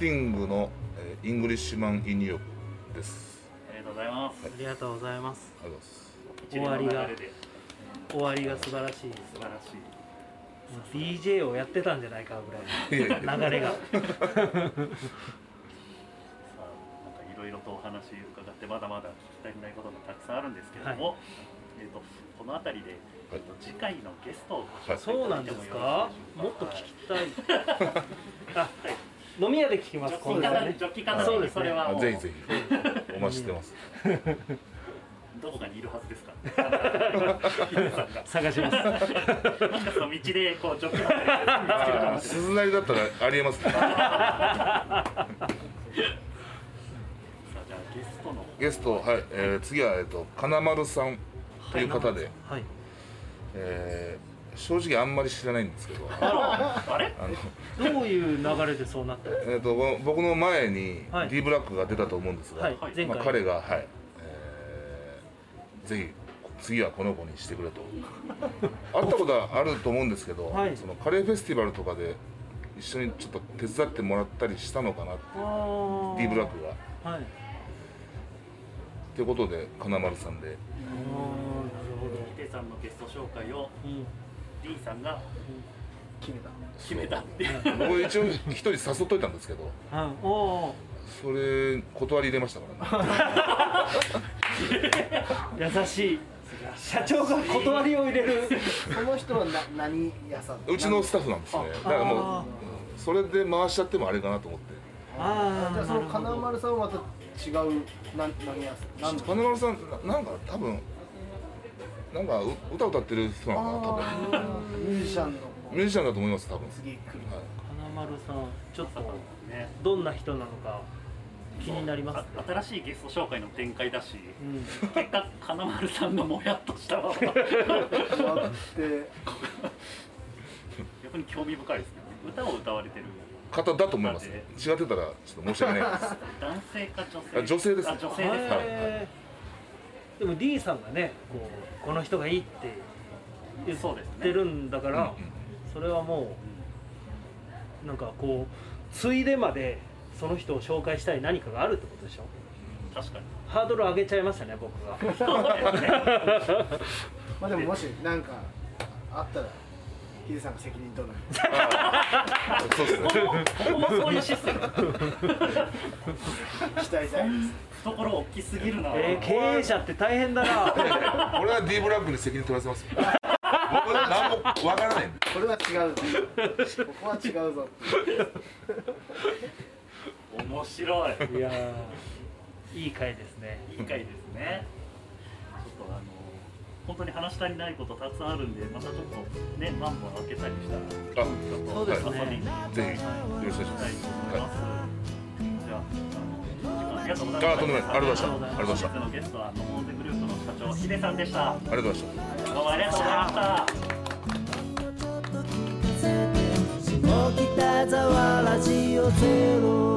ティングの、えーイングリッシュマン・イン・ニューヨークです。ありがとうございます。ありがとうございますありがとうございます。一連の流れで終わりが素晴らしい素晴らしい。ですもう DJ をやってたんじゃないかぐいやらいの流れがさあなんかいろいろとお話伺ってまだまだ聞き足りないことがたくさんあるんですけれども、えー、とこの辺りで、えー、と次回のゲストをご紹介いそうただないんてでもすよかろしいでしょうかもっと聞きはいたい あ飲み屋で聞きまジすョッ今キ度は方にねジョッキ方そうにですそねれはあもうぜひぜひ お待ちしてます。どこか にいるはずですから。ヒデさんが 探しますなんかその道でこうジョッキ方に見つけるかあもーしれない。鈴なりだったらありえますね。さあじゃあゲストのゲストはい、えー次はえっ、と金丸さんという方で、はいえー正直あんまり知らないんですけど、ああれのどういう流れでそうなったんですえっ、とぼ僕の前にはい D ブラックが出たと思うんですが、かはいはい前まあ回彼がはい、えーぜひ次はこの子にしてくれと会ったことはあると思うんですけど、はいそのカレーフェスティバルとかで一緒にちょっと手伝ってもらったりしたのかなってあー D ブラックが。はいということで金丸さんであーなるほどヒデさんのゲスト紹介をうん D さんが決めた決めたっていう。僕一応一人誘っといたんですけどはいおーそれ断り入れましたからね優しい社長が断りを入れるその人はな何屋さんうちのスタッフなんですねだからもあううんそれで回しちゃってもあれかなと思って あーじゃあそのなるほど金丸さんはまた違うな何屋さん何金丸さんななんか多分なんかう歌歌ってる人なのかな多分あーミュージシャンのミュージシャンだと思います多分、次来るはい花丸さんちょっ とねどんな人なのか気になりますあ新しいゲスト紹介の展開だし、うん結果金丸さんのもやっとした まま終わって逆に興味深いですね歌を歌われてる方だと思います違ってたらちょっと申し訳ないです男性かあ女女性性ですあ女性ですはいかへーでも D さんがねこうこの人がいいって言そうですねってるんだからうんうんそれはもうなんかこうついでまでその人を紹介したい何かがあるってことでしょ確かにハードル上げちゃいましたね僕がそうだよねまあでももし何かあったらヒデさんが責任取るそうです ねここもそういうシステム期待大です懐大きすぎるな、えー経営者って大変だな俺は D ブラックに責任取らせ ますよ僕何もわからないんでこれは違うぞここは違うぞっていう面白いいやーいい回ですねいい回ですねちょっとあの本当に話したりないことたくさんあるんでまたちょっとねマンボウ開けたりしたらあそうですね遊びに行はい、ぜひよろしくお願いしきまたいすと思います、じゃああのお時間ありがとうございまあとんすでもないありがとうございましたありがとうございました本日のゲストはノモーゼグループの社長ヒデさんでしたありがとうございましたどうもありがとうございました下北沢ラジオゼロ